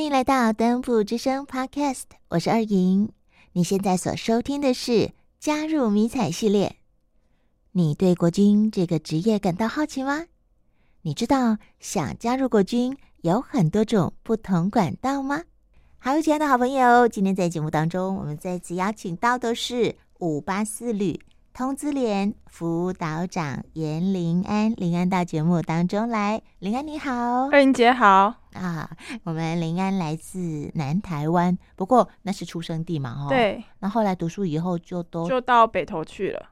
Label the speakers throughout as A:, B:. A: 迎来到登浦之声 Podcast，我是二莹。你现在所收听的是《加入迷彩》系列。你对国军这个职业感到好奇吗？你知道想加入国军有很多种不同管道吗？好，亲爱的好朋友，今天在节目当中，我们再次邀请到的是五八四旅通资联辅导长严林安，林安到节目当中来。林安你好，
B: 二英姐好，
A: 啊，我们林安来自南台湾，不过那是出生地嘛，哦，。
B: 对，
A: 那后来读书以后就都，
B: 就到北投去了。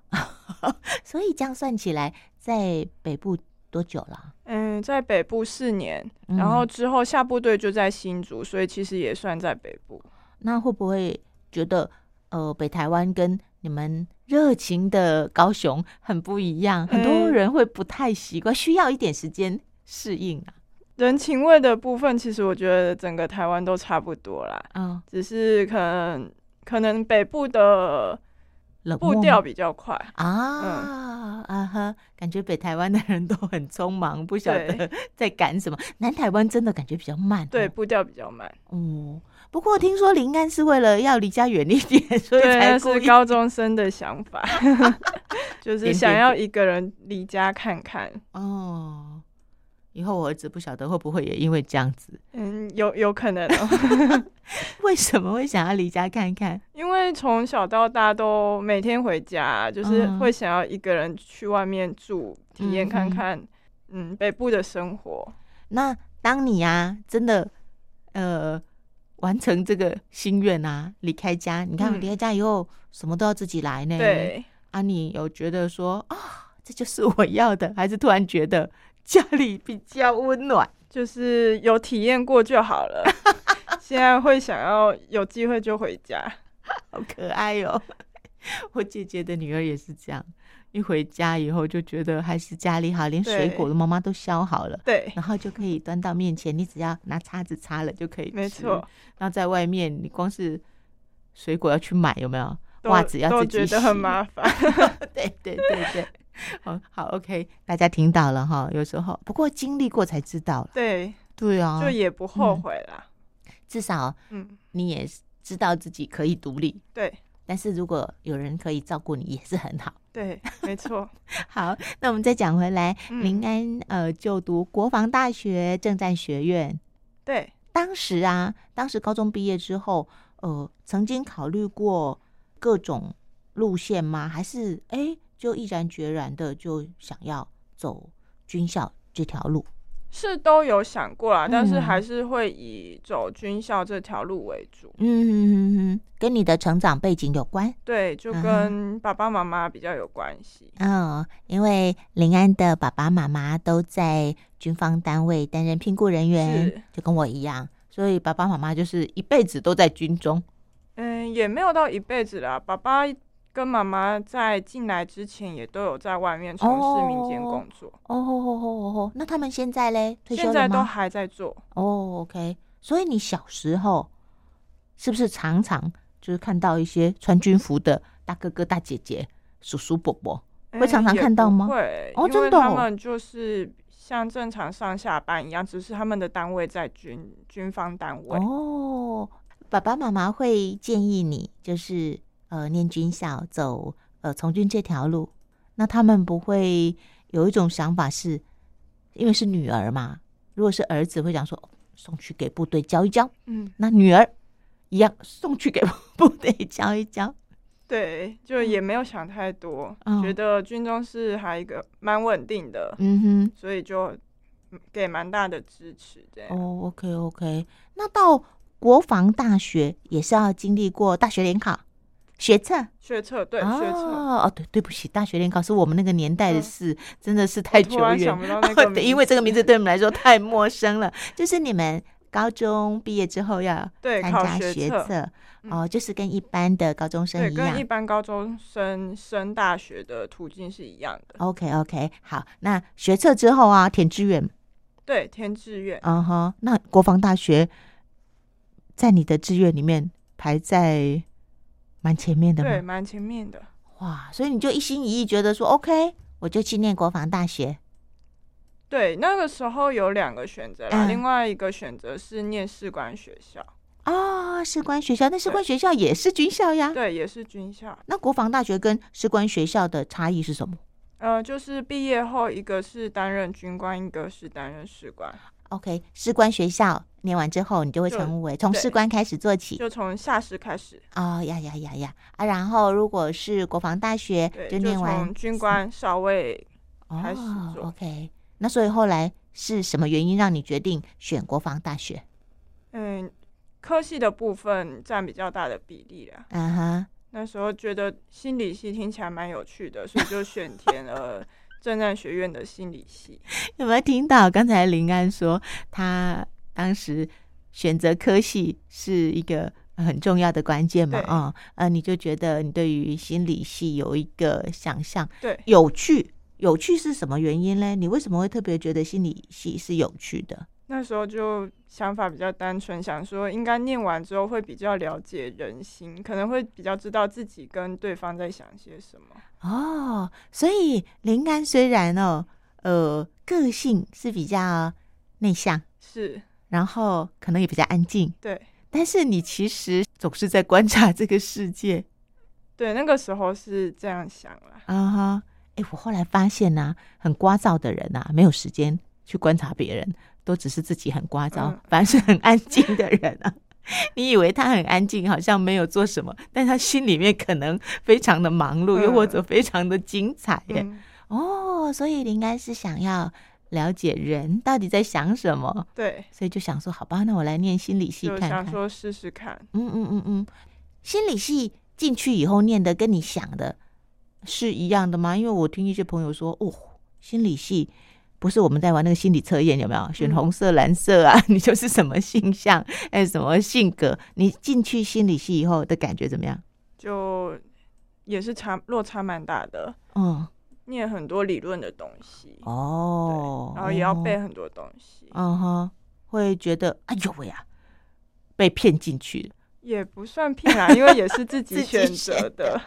A: 所以这样算起来，在北部多久了？
B: 嗯，在北部四年，然后
A: 嗯
B: 之后下部队就在新竹，所以其实也算在北部。
A: 那会不会觉得，呃，北台湾跟你们热情的高雄很不一样？很多
B: 嗯
A: 人会不太习惯，需要一点时间适应啊。
B: 人情味的部分，其实我觉得整个台湾都差不多啦，
A: 啊，
B: 只是可能可能北部的
A: 冷漠
B: 步调比较快。嗯
A: 啊啊哈！感觉北台湾的人都很匆忙，不晓
B: 对
A: 得 在赶什么。南台湾真的感觉比较慢、
B: 对，，步调比较慢，
A: 哦。不过听说林安是为了要离家远一点， 所以
B: 对，
A: 才
B: 那
A: 故
B: 是
A: 意。
B: 高中生的想法， 就是
A: 点
B: 想
A: 点
B: 要一个人离家看看。
A: 哦，以后我儿子不晓得会不会也因为这样子，
B: 嗯，有有可能、 哦，
A: 为什么会想要离家看看？
B: 因为从小到大都每天回家，就是
A: 嗯
B: 会想要一个人去外面住，体验看
A: 嗯哼
B: 看，嗯北部的生活。
A: 那当你啊真的呃完成这个心愿啊，离开家，你看
B: 嗯
A: 离开家以后、什么都要自己来呢。
B: 对，
A: 啊，你有觉得说啊、这就是我要的，还是突然觉得家里比较温暖？
B: 就是有体验过就 好了。现在会想要有机会就回家，
A: 好可爱哟、 我姐姐的女儿也是这样，一回家以后就觉得还是家里好，连水
B: 对
A: 果的妈妈都削好了，
B: 对，
A: 然后就可以端到面前，你只要拿叉子叉了就可以吃。
B: 没错。，
A: 然后在外面，你光是水果要去买，有没有？
B: 都
A: 袜子要
B: 都
A: 自己
B: 觉得
A: 洗
B: 很麻 烦。
A: 对对对对。好好，OK，大家听到了哈。有时候不过经历过才知道了，
B: 对，
A: 对啊，
B: 就也不后
A: 嗯
B: 悔啦。
A: 至少
B: 嗯，
A: 你也知道自己可以独立。
B: 对
A: 但是如果有人可以照顾你，也是很 好。
B: 对，没错。
A: 好，那我们再讲回来，
B: 嗯
A: 林安呃就读国防大学政战学院。
B: 对，
A: 当时啊，当时高中毕业之后，呃，曾经考虑过各种路线吗？还是哎、诶就毅然决然的就想要走军校这条路？
B: 是都有想过啦，但是
A: 嗯
B: 还是会以走军校这条路为主。
A: 嗯，跟你的成长背景有关。
B: 对，就
A: 嗯哼
B: 跟爸爸妈妈比较有关系。
A: 嗯，因为林安的爸爸妈妈都在军方单位担任评估人员
B: 是，
A: 就跟我一样，所以爸爸妈妈就是一辈子都在军中。
B: 嗯，也没有到一辈子啦。爸爸跟妈妈在进来之前也都有在外面从事民间工作，
A: 哦吼吼吼吼吼，那他们现在嘞退休
B: 现
A: 了
B: 在都
A: 吗？
B: 还在做。
A: 哦，OK，所以你小时候是不是常常就是看到一些穿军服的大哥哥、大姐姐、叔叔、伯伯？会
B: 嗯
A: 常常
B: 也
A: 看到
B: 不
A: 吗
B: 会，
A: 哦
B: 因
A: 真
B: 为
A: 的
B: 他
A: 哦
B: 们就是像正常上下班一样，只是他们的单位在军军方单位。
A: 哦，爸爸妈妈会建议你就是呃念军校走呃从军这条路，那他们不会有一种想法是，因为是女儿嘛，如果是儿子会讲说送去给部队教一教，
B: 嗯，
A: 那女儿一样送去给 部队教一教。
B: 对，就也没有想太多，
A: 嗯
B: 觉得军中是还一个蛮稳定的，
A: 嗯
B: 所以就嗯给蛮大的支持。这样。
A: 哼，哦，OK OK，那到国防大学也是要经历过大学联考、学测。
B: 学测，对、学测，
A: 哦，哦，对，对不起，大学联考是我们那个年代的
B: 嗯
A: 事，真的是太久
B: 突然
A: 远
B: 想。不到那个名字，
A: 对，因为这个名字对我们来说太陌生了。就是你们高中毕业之后要
B: 对
A: 参
B: 考
A: 加
B: 学
A: 学
B: 测
A: 测，
B: 嗯
A: 哦，就是跟一般的高中生
B: 对
A: 一
B: 跟
A: 样
B: 一。般高中生升大学的途径是一样的。
A: OK OK，好，那学测之后啊，填志愿，
B: 对，填志愿，
A: 嗯哼，那国防大学在你的志愿里面排在蛮前面的
B: 对，
A: 嘛，
B: 蛮前面的。
A: 哇，所以你就一心一意觉得说，OK，我就去念国防大学，
B: 对，那个时候有两个选择啦，
A: 嗯
B: 另外一个选择是念士官学校，
A: 哦，士官学校，那士官学校也是军校呀。
B: 对，也是军校。
A: 那国防大学跟士官学校的差异是什么
B: 呃，就是毕业后，一个是担任军官，一个是担任士官，
A: ？OK，士官学校念完之后，你就会
B: 就
A: 成为从
B: 对
A: 士官开始做起。
B: 就从下士开始，
A: 哦呀呀呀呀啊！然后如果是国防大学，
B: 对，
A: 就
B: 就
A: 念完
B: 从军官、少尉。开始
A: 哦
B: 做
A: ，OK。那所以后来是什么原因让你决定选国防大学？
B: 嗯，科系的部分占比较大的比例啦。
A: 嗯哼，
B: 那时候觉得心理系听起来蛮有趣的，所以就选填了政战学院的心理系。
A: 有没有听到刚才林安说，他当时选择科系是一个很重要的关键嘛？
B: 对
A: 啊、呃，你就觉得你对于心理系有一个想象，
B: 对，
A: 有趣，有趣是什么原因嘞？你为什么会特别觉得心理系是有趣的？
B: 那时候就想法比较单纯，想说应该念完之后会比较了解人心，可能会比较知道自己跟对方在想些什么。
A: 哦，所以林安虽然哦，呃，个性是比较内向，
B: 是，
A: 然后可能也比较安静，
B: 对
A: 但是你其实总是在观察这个世界
B: 对，那个时候是这样想啦。
A: 啊哈。哎、我后来发现呐、很聒噪的人呐、啊没有时间去观察别人，都只是自己很聒噪，
B: 嗯
A: 反而是很安静的人啊。 你以为他很安静，好像没有做什么，但他心里面可能非常的忙碌，又或者非常的精彩耶。
B: 嗯，
A: 哦，所以应该是想要了解人到底在想什么，
B: 对，
A: 所以就想说，好吧，那我来念心理系
B: 就
A: 看看
B: 想。说试试看。
A: 嗯嗯嗯嗯，心理系进去以后念的跟你想的是一样的吗？因为我听一些朋友说，哦，心理系不是我们在玩那个心理测验，有没有选
B: 嗯
A: 红色、蓝色啊？ 你就是什么性向，哎，什么性格？你进去心理系以后的感觉怎么样？
B: 就也是差落差蛮大的，
A: 嗯，
B: 念很多理论的东西，对
A: 哦，
B: 然后也要
A: 哦
B: 背很多东西，
A: 嗯哼，会觉得哎呦喂啊，被骗进去了。
B: 也不算骗啦，因为也是自己
A: 自己
B: 选
A: 选
B: 择的。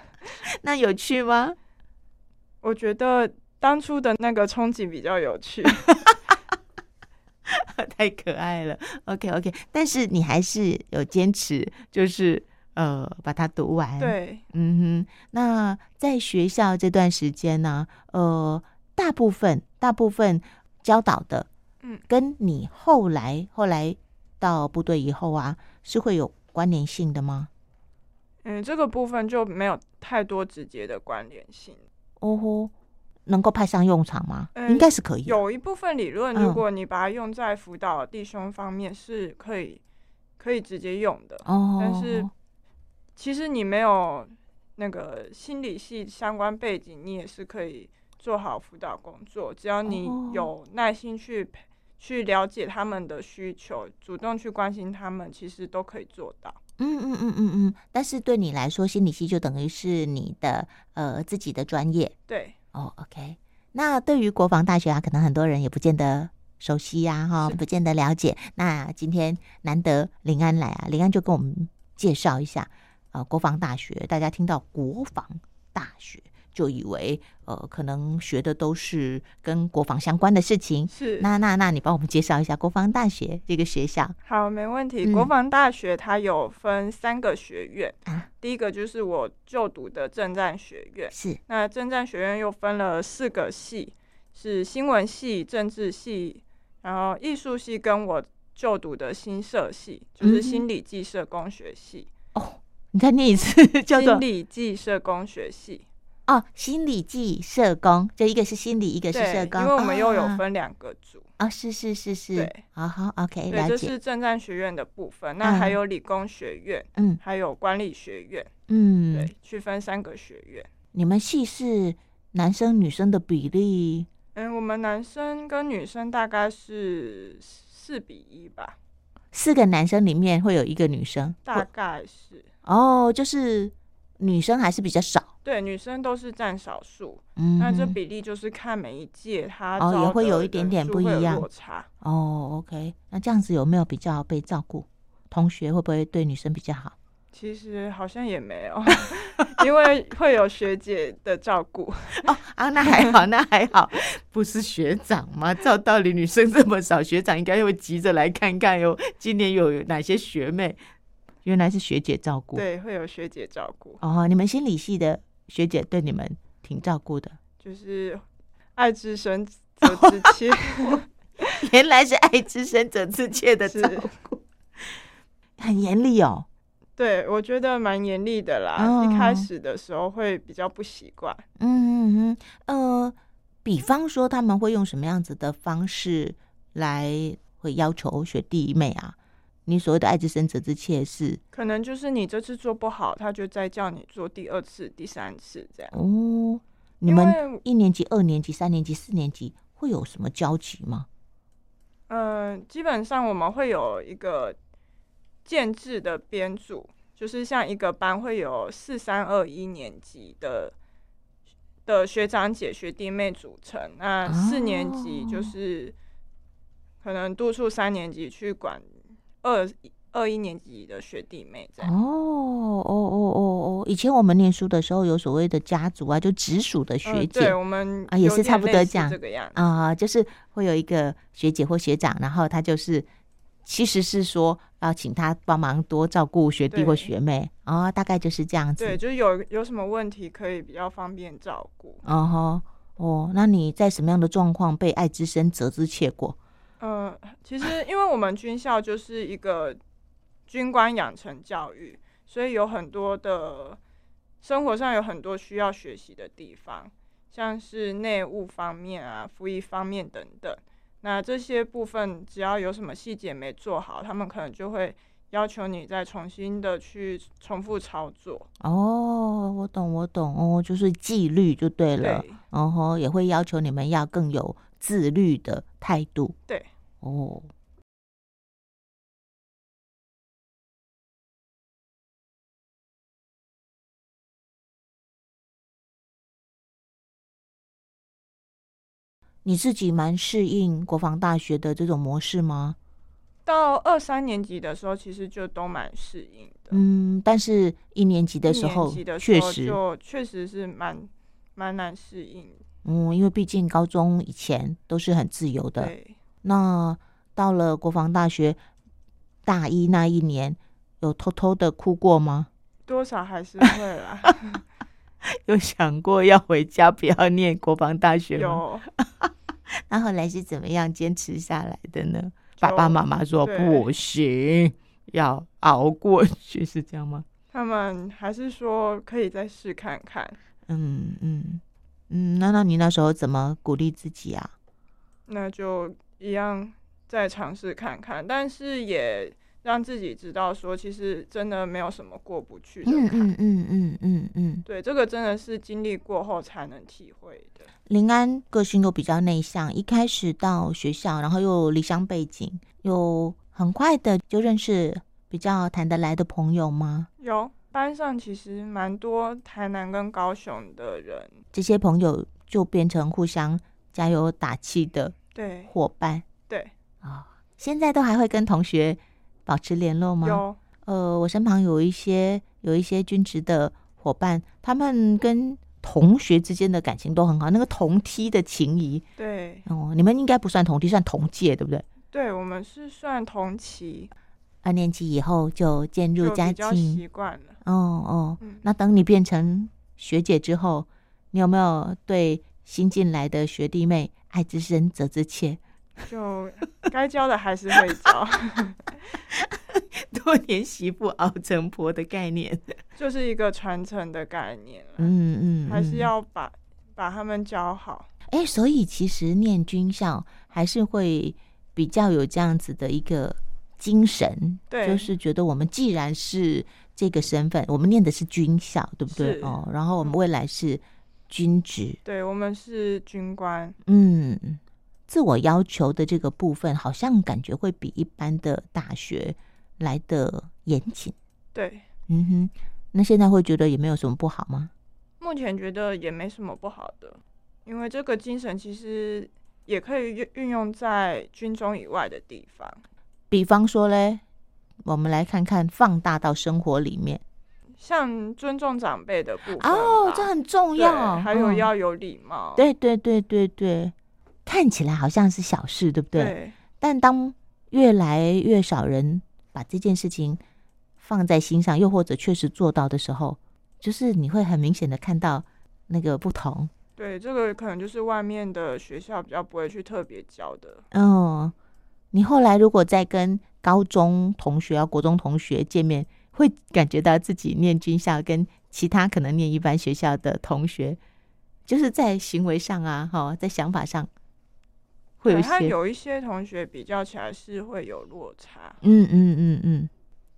A: 那有趣吗？
B: 我觉得当初的那个憧憬比较有趣，
A: 太可爱了。OK OK，但是你还是有坚持，就是呃把它读完。，
B: 对，
A: 嗯哼。那在学校这段时间呢，呃，大部分大部分教导的，
B: 嗯，
A: 跟你后来后来到部队以后啊，是会有关联性的吗？
B: 嗯，这个部分就没有太多直接的关联性。
A: 哦吼，能够派上用场吗？
B: 呃
A: 应该是可以。
B: 有一部分理论，
A: 嗯
B: 如果你把它用在辅导弟兄方面，是可以可以直接用的。
A: 哦，
B: 但是其实你没有那个心理系相关背景，你也是可以做好辅导工作，只要你
A: 哦
B: 有耐心去陪去了解他们的需求，主动去关心他们，其实都可以做到。
A: 嗯嗯嗯嗯嗯，但是对你来说，心理系就等于是你的呃自己的专业
B: 对，
A: 哦。OK，那对于国防大学啊，可能很多人也不见得熟悉呀、哈，
B: 是
A: 不见得了解。那今天难得林安来啊，林安就跟我们介绍一下呃国防大学。大家听到国防大学就以为呃可能学的都是跟国防相关的事情。
B: 是
A: 那那那你帮我们介绍一下国防大学这个学校
B: 好，没问题。
A: 嗯
B: 国防大学它有分三个学院，
A: 啊？
B: 第一个就是我就读的政战学院，
A: 是
B: 那政战学院又分了四个系，是新闻系、政治系，然后艺术系跟我就读的新社系，就是
A: 嗯
B: 心理暨社工学系，
A: 你再念一次， 叫做
B: 心理暨社工学系。
A: 哦，心理暨社工，就一个是心理，一个是社
B: 对，
A: 工，
B: 因为我们又有
A: 啊
B: 分两个组，
A: 哦，是是是是
B: 对，
A: 好好，OK，
B: 对，这
A: 了解，
B: 是政战学院的部分。那还有理工学院，
A: 嗯
B: 还有管理学院，
A: 嗯，
B: 对，区分三个学院。
A: 你们系是男生女生的比例
B: 嗯，我们男生跟女生大概是四比一吧，
A: 四个男生里面会有一个女生，
B: 大概是。
A: 哦，就是女生还是比较少，
B: 对，女生都是占少数，
A: 嗯
B: 那这
A: 哼
B: 比例就是看每一届它
A: 哦也
B: 招
A: 会
B: 的
A: 有一点
B: 人
A: 点
B: 数
A: 不
B: 会
A: 一
B: 有
A: 样
B: 落差。
A: 哦，OK，那这样子有没有比较被照顾？同学会不会对女生比较好？
B: 其实好像也没 有，因为会有学姐的照 顾。
A: 哦啊，那还好，那还好，不是学长吗？照道理女生这么少，学长应该会急着来看看哟，今年有哪些学妹？原来是学姐照顾。
B: 对，会有学姐照顾，
A: 哦，你们心理系的学姐对你们挺照顾的。
B: 就是爱之深责之切。
A: 原来是爱之深责之切的照顾，很严厉哦。
B: 对，我觉得蛮严厉的啦。
A: 哦
B: 一开始的时候会比较不习惯，
A: 嗯嗯嗯，呃，比方说他们会用什么样子的方式来会要求学弟妹啊？你所谓的爱之深责之切是
B: 可能就是你这次做不好，他就再叫你做第二次、第三次这样。
A: 哦，你
B: 因
A: 们
B: 为，
A: 一年级、二年级、三年级、四年级会有什么交集吗？
B: 嗯、基本上我们会有一个建制的编组，就是像一个班会有四三二一年级的的学长姐、学弟妹组成，那四年级
A: 哦
B: 就是可能督促三年级去管二二一年级的学弟妹这
A: 哦
B: 样。
A: 哦哦哦哦，以前我们念书的时候有所谓的家族啊，就直属的
B: 嗯
A: 学姐。
B: 对我们
A: 啊也
B: 有
A: 是差
B: 点
A: 不
B: 类
A: 多
B: 似
A: 这样
B: 这个样子。
A: 啊、就是会有一个学姐或学长，然后他就是其实是说要请他帮忙多照顾学弟或
B: 对
A: 学妹啊、哦，大概就是这样子。
B: 对，就是有有什么问题可以比较方便照顾。
A: 哦吼，哦，那你在什么样的状况被爱之深责之切过？
B: 呃，其实因为我们军校就是一个军官养成教育，所以有很多的生活上有很多需要学习的地方，像是内务方面啊、服役方面等等。那这些部分只要有什么细节没做好，他们可能就会要求你再重新的去重复操作。
A: 哦，我懂，我懂，哦，就是纪律就对了。
B: 对，
A: 哦吼，也会要求你们要更有自律的态度。
B: 对，
A: 哦。你自己蛮适应国防大学的这种模式吗？
B: 到二三年级的时候，其实就都蛮适应的。
A: 嗯，但是一年级
B: 一
A: 的时候
B: 年级的时
A: 确
B: 候
A: 实，
B: 就确实是蛮蛮难适应。
A: 嗯，因为毕竟高中以前都是很自由的，
B: 对，
A: 那到了国防大学大一那一年，有偷偷的哭过吗？
B: 多少还是会 啦，
A: 有想过要回家，不要念国防大学吗？
B: 有
A: 那后来是怎么样坚持下来的呢？爸爸
B: 就
A: 妈妈说
B: 对
A: 不行，要熬过 去，是这样吗？
B: 他们还是说可以再试看看。
A: 嗯嗯嗯，那那你那时候怎么鼓励自己啊？
B: 那就一样再尝试看看，但是也让自己知道说，其实真的没有什么过不去的
A: 嗯
B: 坎。
A: 嗯嗯嗯嗯嗯，
B: 对，这个真的是经历过后才能体会的。
A: 林安个性又比较内向，一开始到学校，然后又离乡背景，有很快的就认识比较谈得来的朋友吗？
B: 有班上其实蛮多台南跟高雄的人，
A: 这些朋友就变成互相加油打气的
B: 对
A: 伙伴
B: 对，
A: 啊、现在都还会跟同学保持联络吗？
B: 有
A: 呃，我身旁有一些有一些军职的伙伴，他们跟同学之间的感情都很好，那个同梯的情谊
B: 对
A: 哦，你们应该不算同梯，算同届，对不对？
B: 对，我们是算同期，
A: 二年级以后就渐入
B: 就
A: 佳
B: 比较
A: 境。
B: 习惯了。
A: 哦哦，
B: 嗯，
A: 那等你变成学姐之后，你有没有对新进来的学弟妹爱之深责之切？
B: 就该教的还是会教，
A: 多年媳妇熬成婆的概念。
B: 就是一个传承的概念啦
A: 嗯嗯，
B: 还是
A: 嗯。
B: 要把把他们教好。
A: 哎、所以其实念军校还是会比较有这样子的一个精神，
B: 对
A: 就是觉得我们既然是这个身份，我们念的是军校，对不对？
B: 是
A: 哦，然后我们未来是军职，
B: 对我们是军官，
A: 嗯，自我要求的这个部分，好像感觉会比一般的大学来的严谨。
B: 对，
A: 嗯哼，那现在会觉得也没有什么不好吗？
B: 目前觉得也没什么不好的，因为这个精神其实也可以运运用在军中以外的地方。
A: 比方说嘞，我们来看看放大到生活里面，
B: 像尊重长辈的部分吧
A: 哦，这很重
B: 对
A: 要。
B: 还有
A: 嗯
B: 要有礼貌，
A: 对对对对对，看起来好像是小事，对不对？
B: 对
A: 但当越来越少人把这件事情放在心上，又或者确实做到的时候，就是你会很明显的看到那个不同。
B: 对，这个可能就是外面的学校比较不会去特别教的。
A: 嗯，你后来如果再跟高中同学啊、国中同学见面，会感觉到自己念军校跟其他可能念一般学校的同学，就是在行为上啊，哈，在想法上会有一
B: 对他
A: 些
B: 有一些同学比较起来是会有落差，
A: 嗯嗯嗯嗯，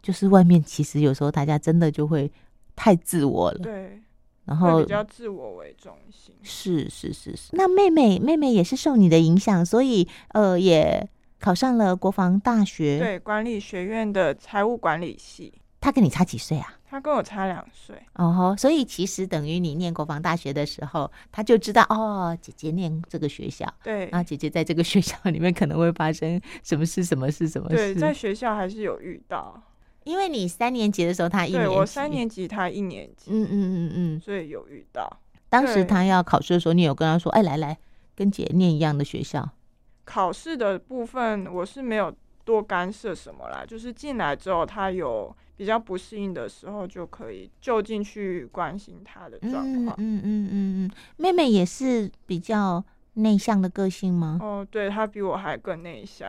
A: 就是外面其实有时候大家真的就会太自我了，
B: 对，
A: 然
B: 会
A: 后
B: 比较自我为中心。
A: 是是是是。那妹妹妹妹也是受你的影响，所以呃也考上了国防大学。
B: 对，管理学院的财务管理系，
A: 她跟你差几岁啊？
B: 他跟我差两岁，
A: 哦吼，所以其实等于你念国防大学的时候，她就知道哦，姐姐念这个学校，啊
B: 对
A: 那姐姐在这个学校里面可能会发生什么事，什么事，什么
B: 对，在
A: 事。
B: 学校还是有遇到，
A: 因为你三年级的时候，她一年
B: 对
A: 级，
B: 我三，年级，他一年级，
A: 嗯嗯嗯嗯，
B: 所以有遇到。
A: 当时
B: 对
A: 他要考试的时候，你有跟他说：“哎，来来，跟姐念一样的学校。
B: 考试的部分我是没有多干涉什么啦，就是进来之后他有比较不适应的时候，就可以就近去关心他的
A: 嗯”
B: 状
A: 嗯
B: 况。
A: 嗯嗯嗯，妹妹也是比较内向的个性吗？
B: 哦，对他比我还更内向，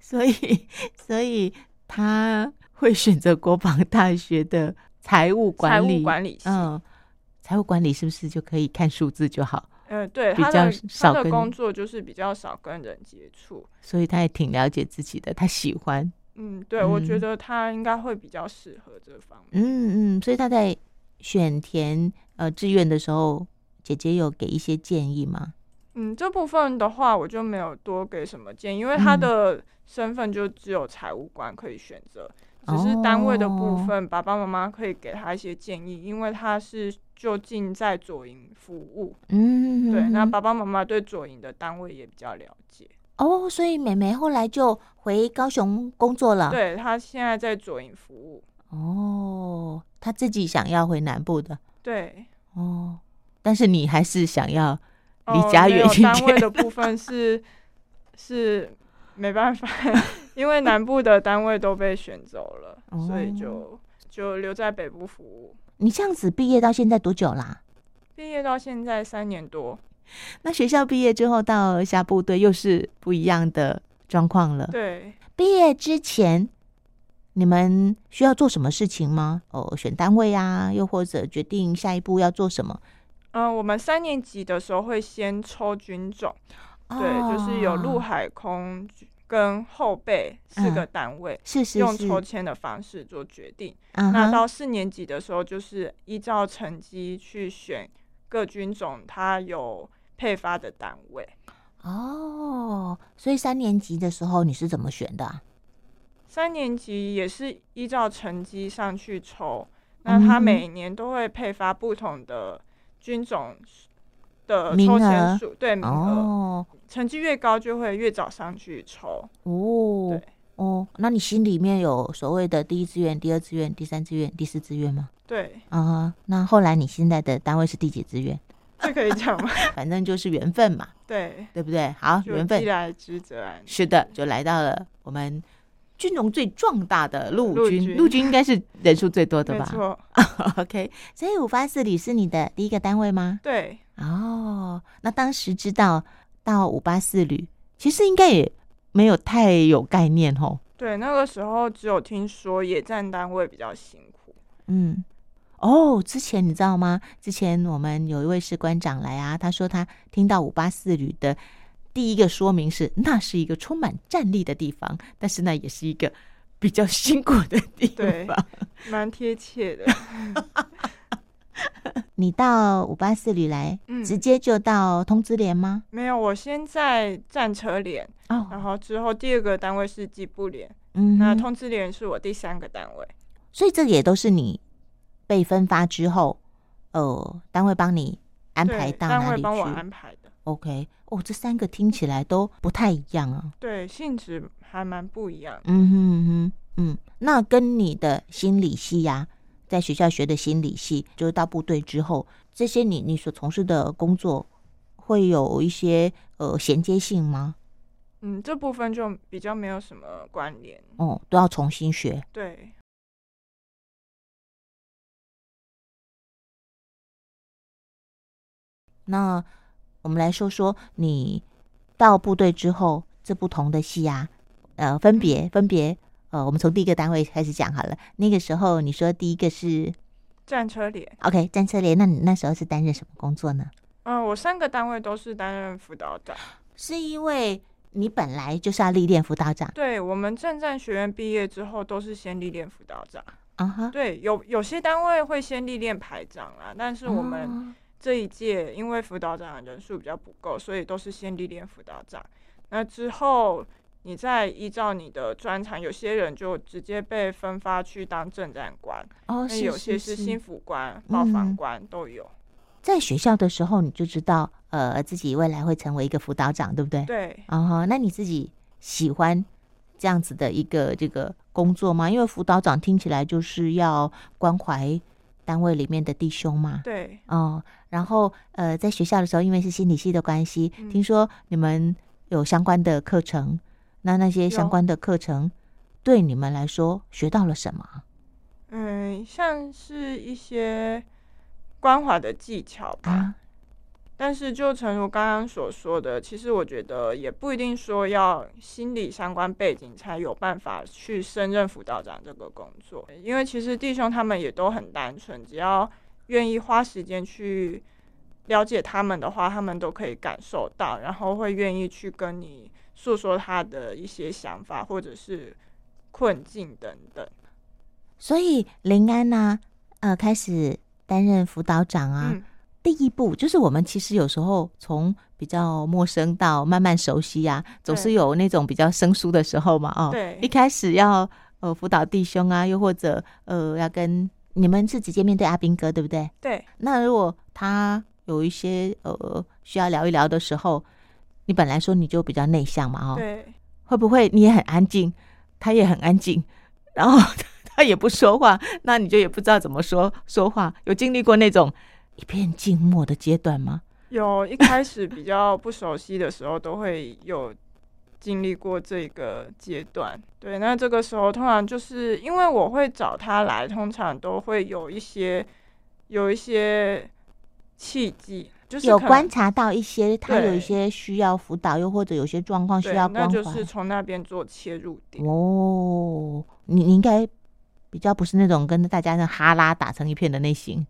A: 所以，所以他会选择国防大学的财务
B: 财
A: 管理。
B: 务管理系，
A: 嗯，财务管理是不是就可以看数字就好？
B: 呃，对
A: 比
B: 他
A: 较
B: 的
A: 少
B: 他的
A: 跟
B: 工作就是比较少跟人接触。
A: 所以他也挺了解自己的，他喜欢。
B: 嗯，对，我觉
A: 嗯
B: 得他应该会比较适合这方面。
A: 嗯嗯，所以他在选填呃志愿的时候，姐姐有给一些建议吗？
B: 嗯，这部分的话我就没有多给什么建议，因为他
A: 嗯
B: 的身份就只有财务官可以选择，只是单位的部
A: 哦
B: 分，爸爸妈妈可以给他一些建议，因为他是就近在左营服务，
A: 嗯，
B: 对，那
A: 嗯
B: 爸爸妈妈对左营的单位也比较了解，
A: 哦，所以妹妹后来就回高雄工作了。，
B: 对他现在在左营服务，
A: 哦，她自己想要回南部的。
B: 对，
A: 哦，但是你还是想要
B: 哦
A: 离家
B: 没
A: 远
B: 有
A: 一
B: 单位
A: 点
B: 的部 分是是没办法，因为南部的单位都被选走了，所
A: 哦
B: 以就就留在北部服务。
A: 你这样子毕业到现在多久啦？
B: 毕业到现在三年多，
A: 那学校毕业之后到下部队又是不一样的状况了。
B: 对，
A: 毕业之前，你们需要做什么事情吗？哦，选单位啊，又或者决定下一步要做什么？
B: 嗯、我们三年级的时候会先抽军种，对，就是有陆
A: 哦，嗯
B: 海空军跟后备四个单位，
A: 是是
B: 用
A: 是，
B: 抽签的方式做决定。
A: 啊
B: 那
A: 哈
B: 到四年级的时候，就是依照成绩去选各军种它有配发的单位。
A: 哦，所以三年级的时候你是怎么选的啊、
B: 三年级也是依照成绩上去抽，那它
A: 嗯哼
B: 每年都会配发不同的军种的
A: 名
B: 抽
A: 额
B: 签数，对名额。
A: 哦
B: 成绩越高就会越早上去抽。
A: 哦
B: 对
A: 哦，那你心里面有所谓的第一志愿、第二志愿、第三志愿、第四志愿吗？
B: 对，
A: 啊、那后来你现在的单位是第几志愿？
B: 这可以讲吗？
A: 反正就是缘分嘛，
B: 对，
A: 对不对？好，
B: 就
A: 缘
B: 既
A: 分
B: 来之则安。
A: 是的，就来到了我们军容最壮大的陆
B: 陆
A: 军，
B: 军
A: 陆军应该是人数最多的
B: 没
A: 吧
B: 错，
A: ？OK，所以五八四旅是你的第一个单位吗？
B: 对，
A: 哦，那当时知道到五八四旅，其实应该也没有太有概念吼。
B: 对，那个时候只有听说野战单位比较辛苦。
A: 嗯，哦，之前你知道吗？之前我们有一位士官长来啊，他说他听到五八四旅的第一个说明是，那是一个充满战力的地方，但是呢，也是一个比较辛苦的地
B: 对
A: 方。
B: 蛮贴切的，
A: 你到五八四旅来，
B: 嗯
A: 直接就到通知连吗？
B: 没有。我先在战车连，然
A: 哦，
B: 后之后第二个单位是机步连，
A: 嗯
B: 那
A: 哼
B: 通知连是我第三个单位。
A: 所以这也都是你被分发之后，呃，单位帮你安排
B: 对，
A: 到
B: 单
A: 哪
B: 位
A: 里
B: 帮我
A: 去？
B: 安排的。
A: OK，哦，这三个听起来都不太一样啊。
B: 对，性质还蛮不一样的。
A: 嗯哼嗯哼，嗯，那跟你的心理系呀、在学校学的心理系，就是到部队之后，这些你你所从事的工作会有一些呃衔接性吗？
B: 嗯，这部分就比较没有什么关联。
A: 哦，都要重新学。
B: 对，
A: 那我们来说说你到部队之后这不同的系啊，呃，分别分别呃，我们从第一个单位开始讲好了。那个时候你说第一个是
B: 战车连，
A: OK 战车连，那你那时候是担任什么工作呢？
B: 嗯、我三个单位都是担任辅导长。
A: 是因为你本来就是要历练辅导长
B: 对我们政战学院毕业之后，都是先历练辅导长。
A: 啊哈，
B: 对，有有些单位会先历练排长啦，但是我们
A: 哦
B: 这一届因为辅导长的人数比较不够，所以都是先历练辅导长。那之后你再依照你的专长，有些人就直接被分发去当政战官，
A: 哦，
B: 那
A: 是
B: 有些
A: 是
B: 是
A: 是
B: 心辅官、报
A: 嗯
B: 防官都有。
A: 在学校的时候你就知道，呃，自己未来会成为一个辅导长，对不对？
B: 对，
A: 哦哈，那你自己喜欢这样子的一个这个工作吗？因为辅导长听起来就是要关怀单位里面的弟兄嘛。
B: 对，
A: 哦，然后呃，在学校的时候，因为是心理系的关系，
B: 嗯
A: 听说你们有相关的课程，那那些相
B: 有
A: 关的课程对你们来说学到了什么啊？
B: 嗯，像是一些关怀的技巧吧。
A: 啊，
B: 但是就诚如刚刚所说的，其实我觉得也不一定说要心理相关背景才有办法去胜任辅导长这个工作，因为其实弟兄他们也都很单纯，只要愿意花时间去了解他们的话，他们都可以感受到，然后会愿意去跟你诉说他的一些想法或者是困境等等。
A: 所以林安呢、呃，开始担任辅导长啊。
B: 嗯，
A: 第一步就是我们其实有时候从比较陌生到慢慢熟悉啊，总是有那种比较生疏的时候嘛。哦，
B: 对
A: 一开始要呃辅导弟兄啊，又或者呃要跟你们是直接面对阿兵哥，对不对？
B: 对，
A: 那如果他有一些呃需要聊一聊的时候，你本来说你就比较内向嘛，哦，
B: 对，
A: 会不会你也很安静，他也很安静，然后 他也不说话，那你就也不知道怎么说说话？有经历过那种一片静默的阶段吗？
B: 有一开始比较不熟悉的时候，都会有经历过这个阶段。对，那这个时候通常就是因为我会找他来，通常都会有一些有一些契机，就是
A: 有
B: 可能
A: 观察到一些他
B: 对
A: 有一些需要辅导，又或者有些状况需
B: 对，
A: 要
B: 那
A: 关怀。
B: 就是从那边做切入点。
A: 哦，你你应该比较不是那种跟大家那哈拉打成一片的类型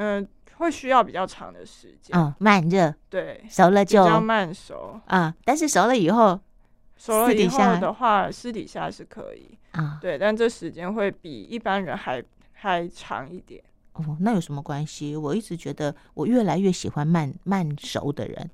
B: 嗯、会需要比较长的时间，
A: 啊、慢热
B: 对，
A: 熟了
B: 比
A: 就
B: 较
A: 啊、
B: 慢熟。
A: 但是熟了以后
B: 熟了
A: 私底
B: 以后
A: 下
B: 的话，私底下是可以，
A: 啊，
B: 对，但这时间会比一般人还还长一点。
A: 哦，那有什么关系？我一直觉得我越来越喜欢慢慢熟的人，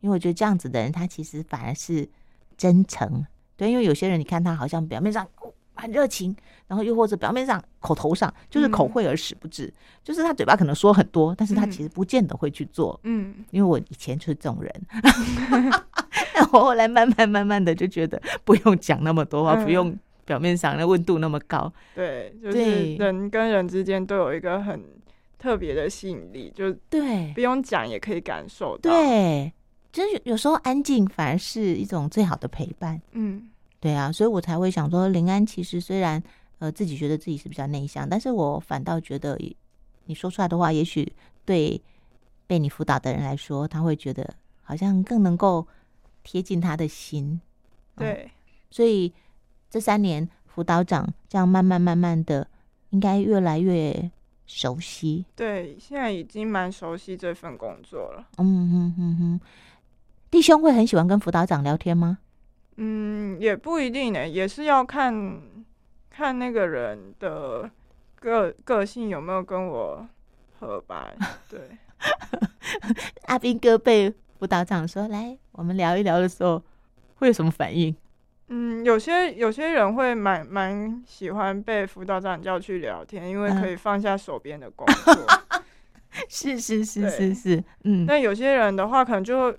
A: 因为我觉得这样子的人，他其实反而是真诚。对，因为有些人你看他好像表面上哦很热情，然后又或者表面上口头上就是口
B: 嗯
A: 惠而实不至，就是他嘴巴可能说很多，但是他
B: 嗯
A: 其实不见得会去做。
B: 嗯，
A: 因为我以前就是这种人，但我后来慢慢慢慢的就觉得不用讲那么多话，不
B: 嗯
A: 用表面上的温度那么高，
B: 对，就
A: 对
B: 是人跟人之间都有一个很特别的吸引力，就
A: 对
B: 不用讲也可以感受到。，
A: 对，就是有有时候安静反而是一种最好的陪伴。
B: 嗯，
A: 对啊，所以我才会想说，林安其实虽然呃自己觉得自己是比较内向，但是我反倒觉得也你说出来的话，也许对被你辅导的人来说，他会觉得好像更能够贴近他的心。嗯
B: 对，
A: 所以这三年辅导长这样慢慢慢慢的，应该越来越熟悉。
B: 对，现在已经蛮熟悉这份工作了。
A: 嗯哼哼哼，弟兄会很喜欢跟辅导长聊天吗？
B: 嗯，也不一定呢，也是要看看那个人的个个性有没有跟我合 吧。对，
A: 阿斌哥被辅导长说来，我们聊一聊的时候，会有什么反应？
B: 嗯，有些有些人会蛮蛮喜欢被辅导长叫去聊天，因为
A: 嗯
B: 可以放下手边的工作。
A: 是是是
B: 对
A: 是是，嗯，
B: 那有些人的话，可能就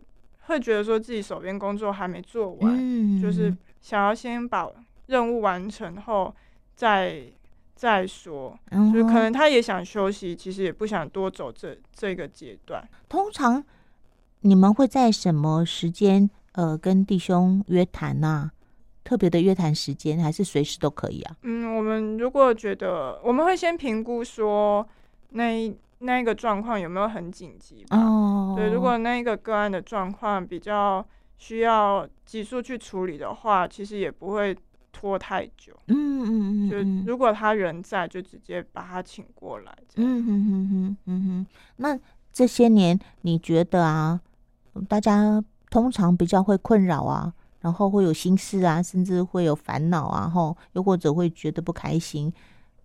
B: 会觉得说自己手边工作还没做完，
A: 嗯，
B: 就是想要先把任务完成后再再说。
A: 嗯
B: 就是可
A: 哼
B: 能他也想休息，其实也不想多走这这个阶段。
A: 通常你们会在什么时间呃跟弟兄约谈呐、特别的约谈时间还是随时都可以啊？
B: 嗯，我们如果觉得我们会先评估说那一那一个状况有没有很紧急吧。
A: 哦，
B: 对，如果那一个个案的状况比较需要急速去处理的话，其实也不会拖太久。
A: 嗯嗯嗯
B: 就
A: 嗯嗯
B: 如果他人在，就直接把他请过来。这样
A: 嗯哼哼哼嗯哼，那这些年你觉得啊，大家通常比较会困扰啊，然后会有心事啊，甚至会有烦恼啊，吼，又或者会觉得不开心，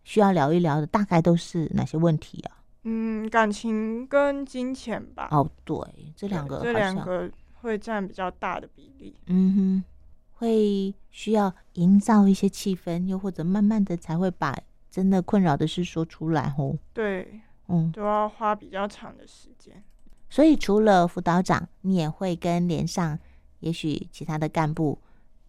A: 需要聊一聊的，大概都是哪些问题啊？
B: 嗯，感情跟金钱吧，
A: 哦，对，这
B: 对
A: 两个
B: 这
A: 好
B: 两
A: 像
B: 个会占比较大的比例。
A: 嗯哼，会需要营造一些气氛，又或者慢慢的才会把真的困扰的事说出来哦。
B: 对，
A: 嗯，
B: 都要花比较长的时间。
A: 所以除了辅导长，你也会跟连上，也许其他的干部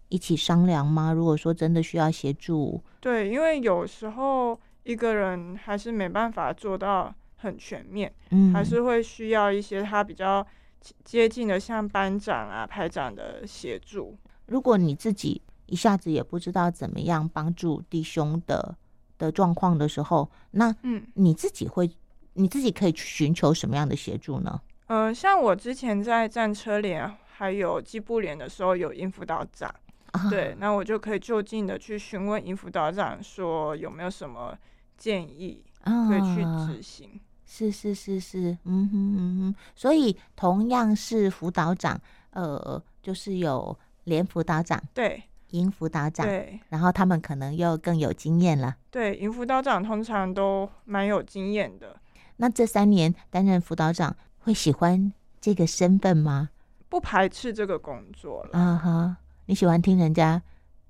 A: 一起商量吗？如果说真的需要协助，
B: 对，因为有时候一个人还是没办法做到很全面，
A: 嗯，
B: 还是会需要一些他比较接接近的，像班长啊、排长的协助。
A: 如果你自己一下子也不知道怎么样帮助弟兄的的状况的时候，那
B: 嗯
A: 你自己会，你自己可以去寻求什么样的协助呢？
B: 嗯、呃像我之前在战车连还有机部连的时候，有应辅导长，
A: 啊，
B: 对，那我就可以就近的去询问应辅导长说有没有什么建议
A: 啊，
B: 可以去执行。
A: 是是是是，嗯哼嗯哼，所以同样是辅导长，呃，就是有连辅导长、
B: 对
A: 营辅导长，
B: 对
A: 然后他们可能又更有经验了。
B: 对，营辅导长通常都蛮有经验的，
A: 那这三年担任辅导长，会喜欢这个身份吗？
B: 不排斥这个工作了。
A: 啊哈，你喜欢听人家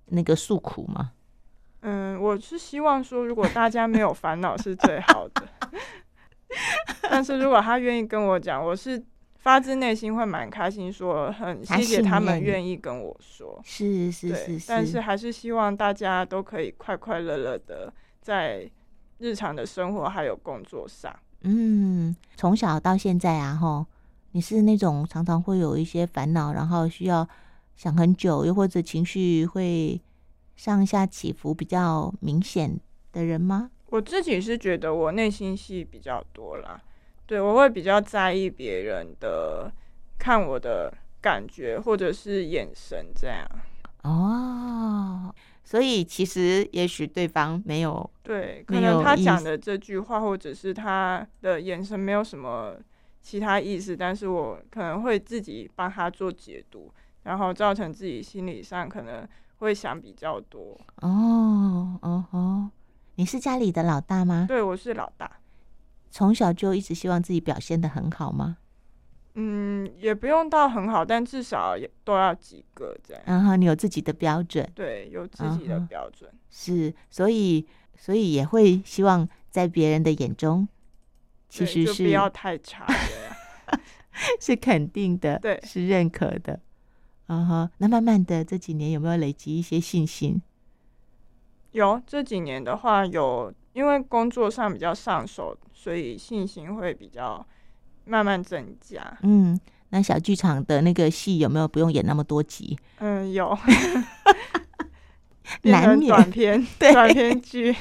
A: 那个诉苦吗？
B: 嗯，我是希望说，如果大家没有烦恼是最好的。 但是如果他愿意跟我讲，我是发自内心会蛮开心说，很
A: 他
B: 谢谢
A: 信
B: 他
A: 任
B: 们
A: 你
B: 愿意跟我说。
A: 是是
B: 对
A: 是，
B: 但是
A: 是
B: 还是希望大家都可以快快乐乐的在日常的生活还有工作上。
A: 嗯，从小到现在啊，吼，你是那种常常会有一些烦恼，然后需要想很久，又或者情绪会上下起伏比较明显的人吗？
B: 我自己是觉得我内心戏比较多啦，对我会比较在意别人的看我的感觉或者是眼神这样。
A: 哦，所以其实也许对方没有，
B: 对，可
A: 没有
B: 能他
A: 意
B: 讲
A: 思
B: 的这句话或者是他的眼神没有什么其他意思，但是我可能会自己帮他做解读，然后造成自己心理上可能会想比较多。
A: 哦哦哦，你是家里的老大吗？
B: 对我是老大，
A: 从小就一直希望自己表现的很好吗？
B: 嗯，也不用到很好，但至少也都要及格这样。
A: 然后你有自己的标准。
B: 对，有自己的
A: 嗯嗯哼
B: 标准。
A: 是，所以所以也会希望在别人的眼中，其
B: 对
A: 实
B: 就是不要太差这样。
A: 是肯定的，
B: 对
A: 是认可的。啊哈，那慢慢的这几年有没有累积一些信心？
B: 有这几年的话有，因为工作上比较上手，所以信心会比较慢慢增加。
A: 嗯，那小剧场的那个戏有没有不用演那么多集？
B: 嗯，有 变
A: 难
B: 成短
A: 免
B: 篇
A: 对
B: 短篇剧，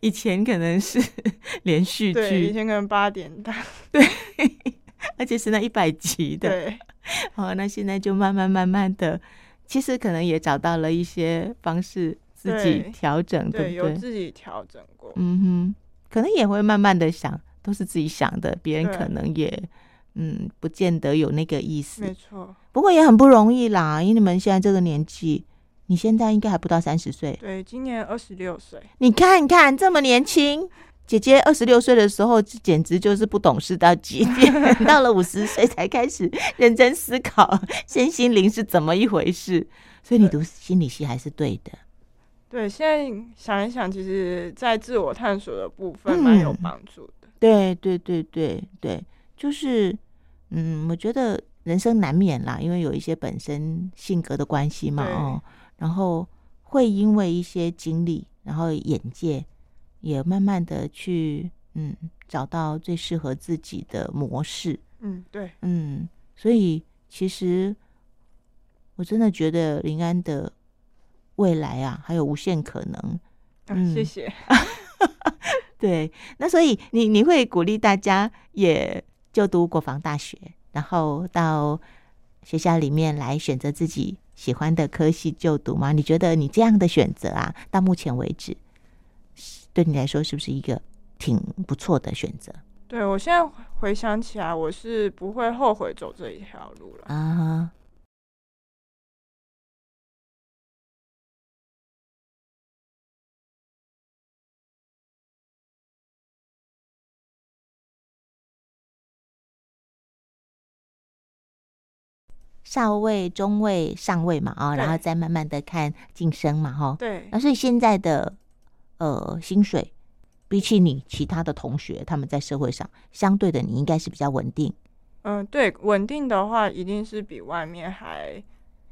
A: 以前可能是 连续
B: 对，以
A: 剧，
B: 前可能八点档，
A: 而且是那一百集的。
B: 对
A: 好，那现在就慢慢慢慢的，其实可能也找到了一些方式自己
B: 对
A: 调整，对
B: 对，
A: 不
B: 有
A: 对？
B: 自己调整过，
A: 嗯哼，可能也会慢慢的想，都是自己想的，别人
B: 对
A: 可能也嗯，不见得有那个意
B: 没
A: 思。
B: 错，
A: 不过也很不容易啦，因为你们现在这个年纪，你现在应该还不到三十岁，
B: 对，今年二十六岁，
A: 你看看这么年轻。姐姐二十六岁的时候，简直就是不懂事到极点。到了五十岁才开始认真思考身心灵是怎么一回事，所以你读心理系还是对的。
B: 对，现在想一想，其实在自我探索的部分蛮有
A: 嗯
B: 帮助的，
A: 对对对对对，就是，嗯，我觉得人生难免啦，因为有一些本身性格的关系嘛，
B: 对
A: 哦，然后会因为一些经历，然后眼界也慢慢的去，嗯，找到最适合自己的模式，
B: 嗯，对，
A: 嗯，所以其实我真的觉得林安的未来啊，还有无限可能。
B: 啊
A: 嗯
B: 谢谢。
A: 对，那所以你你会鼓励大家也就读国防大学，然后到学校里面来选择自己喜欢的科系就读吗？你觉得你这样的选择啊，到目前为止，是对你来说是不是一个挺不错的选择
B: 对我现在回想起来，我是不会后悔走这一条路了。
A: 啊？少尉、中尉、上尉嘛，哦，
B: 对
A: 然后再慢慢的看晋升嘛，哈、哦。
B: 对
A: 那，所以现在的呃薪水，比起你其他的同学，他们在社会上相对的，你应该是比较稳定
B: 嗯、对，稳定的话一定是比外面还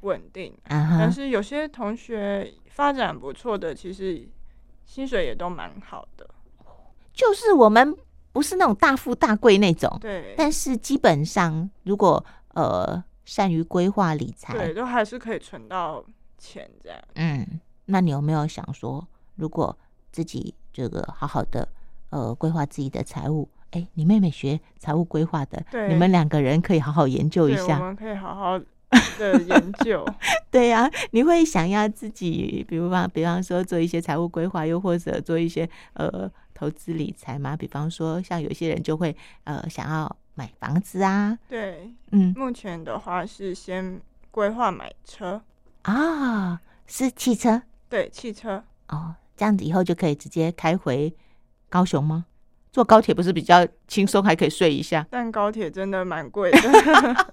B: 稳定，
A: 啊
B: 但
A: 哈。
B: 呃是有些同学发展不错的，其实薪水也都蛮好的。
A: 就是我们不是那种大富大贵那种，
B: 对，
A: 但是基本上如果呃善于规划理
B: 对，
A: 财，
B: 都还是可以存到钱这样。
A: 嗯，那你有没有想说，如果自己这个好好的呃规划自己的财务？哎，你妹妹学财务规划的，
B: 对
A: 你们两个人可以好好研究一
B: 对，
A: 下。
B: 我们可以好好的研究。
A: 对呀、你会想要自己，比如方，比方说做一些财务规划，又或者做一些呃投资理财嘛。比方说，像有些人就会呃想要买房子啊，
B: 对，
A: 嗯
B: 目前的话是先规划买车，
A: 啊、是汽车
B: 对，汽车。
A: 哦，这样子以后就可以直接开回高雄吗？坐高铁不是比较轻松，还可以睡一下？
B: 但高铁真的蛮贵的，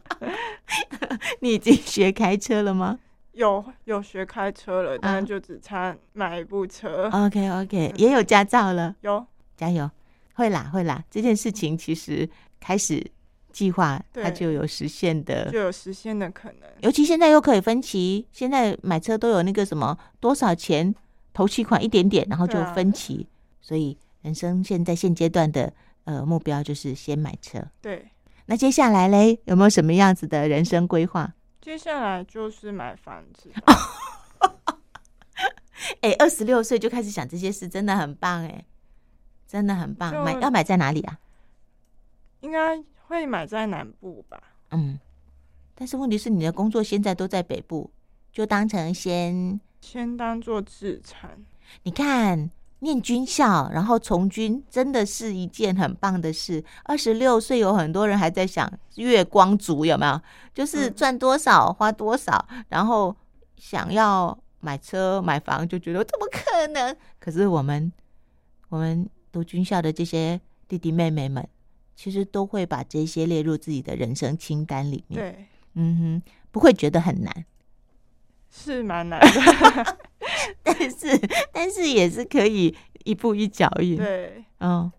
A: 你已经学开车了 吗
B: 有有学开车了，
A: 啊
B: 但就只差买一部车。
A: ？OK OK，也有驾照了。
B: 有，
A: 加油，会啦会啦！这件事情其实开始计划，
B: 对
A: 它就有实现的
B: 就。有实现的可能。
A: 尤其现在又可以分期，现在买车都有那个什么多少钱头期款一点点，然后就
B: 对啊
A: 分期。所以人生现在现阶段的呃目标就是先买车。
B: 对，
A: 那接下来嘞，有没有什么样子的人生规划？
B: 接下来就是买房子吧。
A: 哎，二十六岁就开始想这些事，真的很棒哎，真的很棒。
B: 就
A: 买要买在哪里啊？
B: 应该会买在南部吧？
A: 嗯，但是问题是你的工作现在都在北部，就当成先
B: 先当做自产。
A: 你看念军校，然后从军，真的是一件很棒的事。二十六岁有很多人还在想月光族有没有？就是
B: 嗯
A: 赚多少花多少，然后想要买车买房，就觉得怎么可能？可是我们我们读军校的这些弟弟妹妹们，其实都会把这些列入自己的人生清单里面。
B: 对，
A: 嗯哼，不会觉得很难。
B: 是蛮难的。
A: 但是，但是也是可以一步一脚印。
B: 对，
A: 嗯，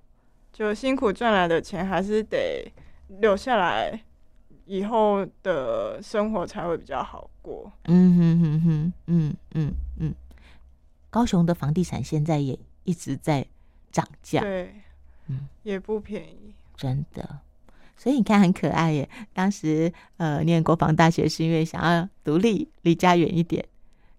B: 就辛苦赚来的钱还是得留下来，以后的生活才会比较好过。
A: 嗯哼哼哼，嗯嗯嗯，高雄的房地产现在也一直在涨价，
B: 对，
A: 嗯
B: 也不便宜。
A: 真的。所以你看，很可爱耶。当时呃，念国防大学是因为想要独立，离家远一点。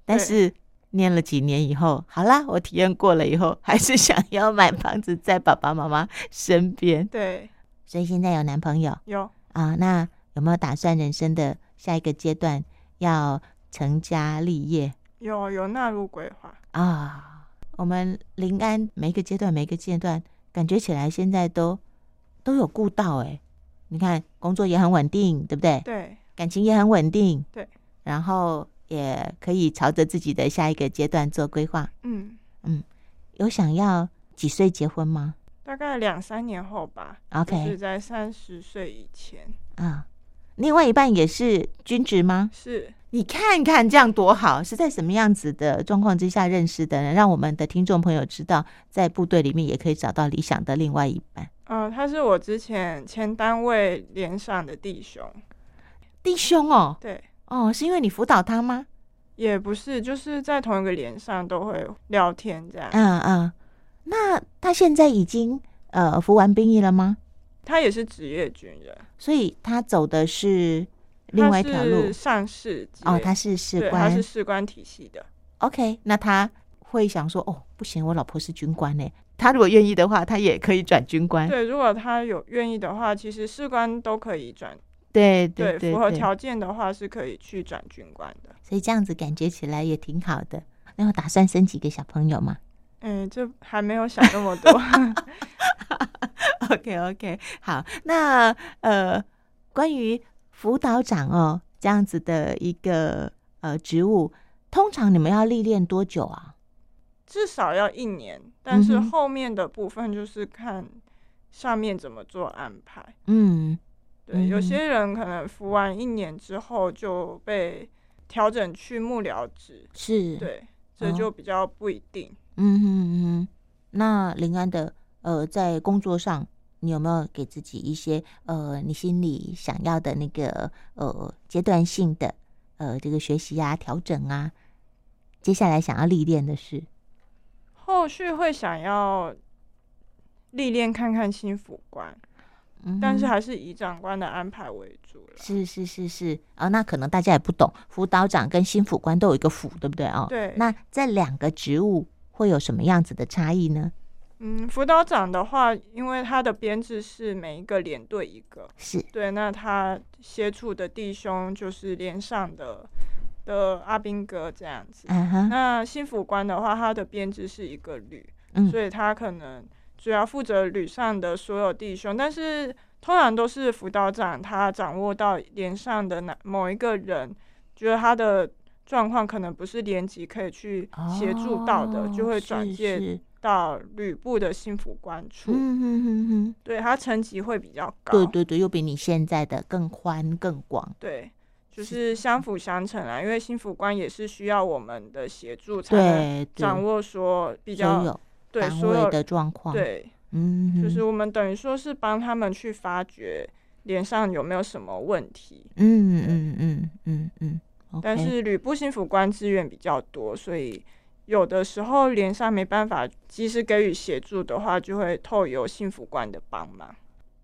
A: 但
B: 对
A: 是念了几年以后，好啦，我体验过了以后，还是想要买房子在爸爸妈妈身边。
B: 对，
A: 所以现在有男朋友，
B: 有
A: 啊，那有没有打算人生的下一个阶段要成家立业
B: 有有纳入规划。
A: 啊？我们临安每一个阶段，每一个阶段，感觉起来现在都都有顾到哎、你看工作也很稳定，对不对？
B: 对，
A: 感情也很稳定，
B: 对，
A: 然后也可以朝着自己的下一个阶段做规划。
B: 嗯，
A: 有想要几岁结婚吗
B: 大概两三年后吧。就
A: ？OK
B: 是在三十岁以前。
A: 啊，另外一半也是军职吗？
B: 是，
A: 你看看这样多好，是在什么样子的状况之下认识的呢？让我们的听众朋友知道，在部队里面也可以找到理想的另外一半。
B: 呃嗯、他是我之前前单位连上的弟兄。
A: 弟兄哦，
B: 对，
A: 哦，是因为你辅导他吗？
B: 也不是，就是在同一个连上都会聊天这样。
A: 嗯嗯，那他现在已经呃服完兵役了吗？
B: 他也是职业军人，
A: 所以他走的是另外一条
B: 他
A: 路
B: 是上士职业
A: 哦，他是士
B: 对他
A: 官
B: 是士官体系的。
A: OK，那他会想说，哦，不行，我老婆是军官欸呢。他如果愿意的话，他也可以转军官。
B: 对，如果他有愿意的话，其实士官都可以转，
A: 对
B: 对，
A: 对
B: 符合条件的话是可以去转军官的。
A: 所以这样子感觉起来也挺好的。那我打算生几个小朋友嘛
B: 嗯，这还没有想那么多。
A: ？OK OK，好，那呃，关于辅导长哦这样子的一个呃职务，通常你们要历练多久啊？
B: 至少要一年，但是
A: 嗯哼
B: 后面的部分就是看上面怎么做安排。
A: 嗯，
B: 对，有
A: 嗯哼
B: 些人可能服完一年之后就被调整去幕僚职，
A: 是，
B: 对，这
A: 哦
B: 就比较不一定。
A: 嗯哼嗯哼。那林安的呃，在工作上，你有没有给自己一些呃，你心里想要的那个呃阶段性的呃这个学习啊、调整啊，接下来想要历练的事？
B: 后续会想要历练看看新辅官，
A: 嗯
B: 但是
A: 哼
B: 还是以长官的安排为主了。
A: 是是是是啊、那可能大家也不懂，辅导长跟新辅官都有一个辅，对不对哦？。
B: 对，
A: 那这两个职务会有什么样子的差异呢？
B: 嗯，辅导长的话，因为他的编制是每一个连队一个，
A: 是，
B: 对，那他接触的弟兄就是连上的的阿兵哥这样子。
A: 啊哈，
B: 那新辅官的话，他的编制是一个旅，
A: 嗯
B: 所以他可能主要负责旅上的所有弟兄，但是通常都是辅导长他掌握到连上的哪某一个人，觉得他的状况可能不是连级可以去协助到的，
A: 哦
B: 就会转
A: 是
B: 介
A: 是
B: 到旅部的新辅官处，
A: 嗯哼哼哼。
B: 对他层级会比较高，
A: 对对对，又比你现在的更宽更广。
B: 对就是是相辅相成啊，因为新辅官也是需要我们的协助才能
A: 对，对
B: 掌握说比
A: 都
B: 较
A: 有
B: 对
A: 单
B: 所
A: 位
B: 有
A: 的状况。，
B: 对。
A: 嗯哼，
B: 就是我们等于说是帮他们去发掘脸上有没有什么问题。
A: 嗯嗯嗯嗯嗯。OK
B: 但是吕布幸福官资源比较多，所以有的时候脸上没办法及时给予协助的话，就会透由幸福官的帮忙。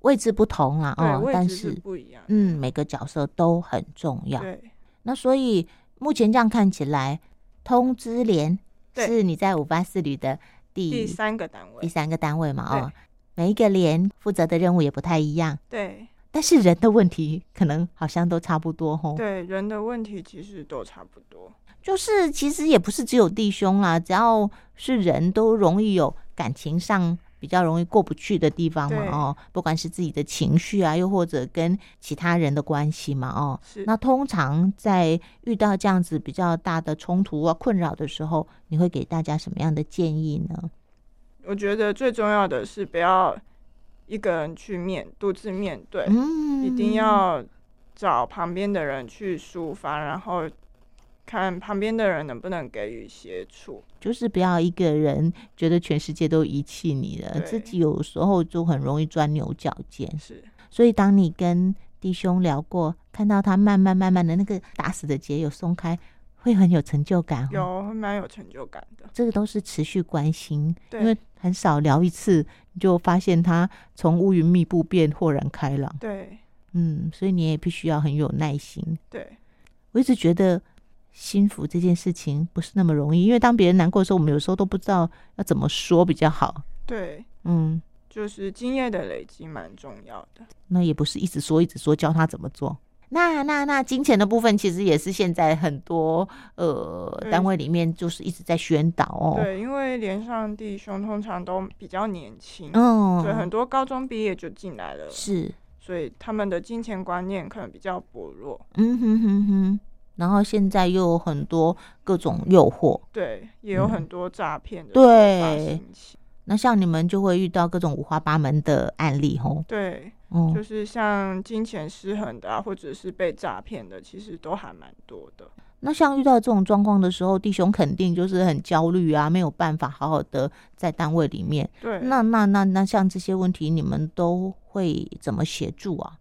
A: 位置不同啦，
B: 对，
A: 哦，
B: 位
A: 但
B: 置是
A: 是
B: 不一样。
A: 嗯，每个角色都很重要。
B: 对
A: 那所以目前这样看起来，通知联
B: 对
A: 是你在五八四旅的第
B: 第三个单
A: 第
B: 位，
A: 三个单位嘛，哦
B: 对，
A: 每一个连负责的任务也不太一样，
B: 对
A: 但是人的问题可能好像都差不多吼。
B: 对，人的问题其实都差不多。
A: 就是其实也不是只有弟兄啦，只要是人都容易有感情上比较容易过不去的地方嘛
B: 对
A: 哦，不管是自己的情绪啊，又或者跟其他人的关系嘛哦。
B: 是
A: 那通常在遇到这样子比较大的冲突啊、困扰的时候，你会给大家什么样的建议呢？
B: 我觉得最重要的是不要一个人去面独自面对，
A: 嗯，
B: 一定要找旁边的人去抒发，然后看旁边的人能不能给予协助。
A: 就是不要一个人觉得全世界都遗弃你了，
B: 对
A: 自己有时候就很容易钻牛角尖。
B: 是，
A: 所以当你跟弟兄聊过，看到他慢慢慢慢的那个打死的结有松开，会很有成就感、哦。，
B: 有会蛮有成就感的。
A: 这个都是持续关心，因为
B: 对
A: 很少聊一次，你就发现他从乌云密布变豁然开朗。
B: 对
A: 嗯，所以你也必须要很有耐心。
B: 对
A: 我一直觉得。心服这件事情不是那么容易，因为当别人难过的时候，我们有时候都不知道要怎么说比较好。
B: 对，
A: 嗯，
B: 就是经验的累积蛮重要的。
A: 那也不是一直说一直说教他怎么做。那那那金钱的部分，其实也是现在很多呃
B: 对
A: 单位里面就是一直在宣导哦。
B: 嗯对，因为连上弟兄通常都比较年轻，对，很
A: 嗯，
B: 多高中毕业就进来了，
A: 是，
B: 所以他们的金钱观念可能比较薄弱。
A: 嗯哼哼哼。然后现在又有很多各种诱惑，
B: 对，也有
A: 嗯
B: 很多诈骗的手法
A: 对
B: 兴起。
A: 那像你们就会遇到各种五花八门的案例哦。
B: 对，
A: 嗯
B: 就，是像金钱失衡的啊，或者是被诈骗的，其实都还蛮多的。
A: 那像遇到这种状况的时候，弟兄肯定就是很焦虑啊，没有办法好好的在单位里面。
B: 对，
A: 那那那那像这些问题，你们都会怎么协助啊？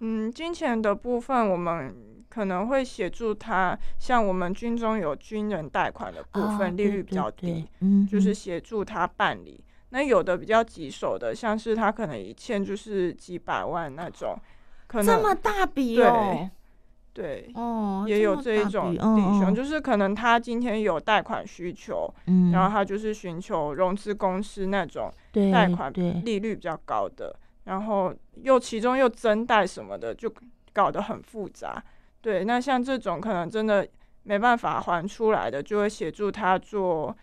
B: 嗯，金钱的部分我们可能会协助他，像我们军中有军人贷款的部
C: 啊
A: 啊
B: 分，利率比较低，，
A: 嗯，
B: 就是协助他办理。那有的比较棘手的，像是他可能一欠就是几百万那种，可能
C: 这么大笔哦，
B: 对，
C: 哦，
B: 也有
C: 么
B: 这
C: 大
B: 一种
C: 笔
B: 弟
C: 嗯
B: 兄，
C: 嗯
B: 就是可能他今天有贷款需求，
A: 嗯，
B: 然后他就是寻求融资公司那种
A: 对
B: 贷款
A: 对，
B: 利率比较高的，然后又其中又增贷什么的，就搞得很复杂。对，那像这种可能真的没办法还出来的，就会协助他做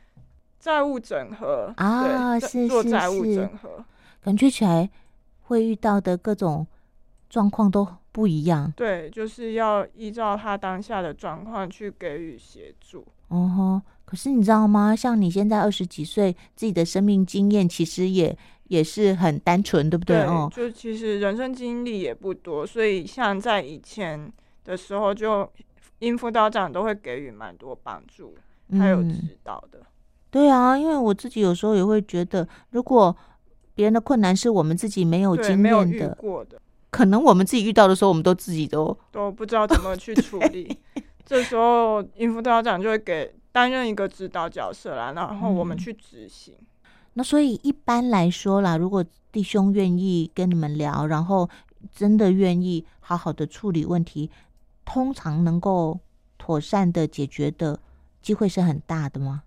B: 债务整合
A: 啊
B: 对，在
A: 是
B: 做
A: 是
B: 债务
A: 是
B: 整合，
A: 感觉起来会遇到的各种状况都不一样。
B: 对，就是要依照他当下的状况去给予协助。
A: 哦吼，可是你知道吗？像你现在二十几岁，自己的生命经验其实也也是很单纯，对不对？哦，
B: 就其实人生经历也不多，所以像在以前的时候，就因辅导长都会给予蛮多帮助，还有
A: 嗯
B: 指导的。
A: 对啊，因为我自己有时候也会觉得，如果别人的困难是我们自己没有
B: 对，
A: 经
B: 没有
A: 验
B: 遇
A: 的，
B: 过的，
A: 可能我们自己遇到的时候，我们都自己都
B: 都不知道怎么去处理。这时候，应辅导长就会给担任一个指导角色啦，然后我们
A: 嗯
B: 去执行。
A: 那所以一般来说啦，如果弟兄愿意跟你们聊，然后真的愿意好好的处理问题，通常能够妥善的解决的机会是很大的吗？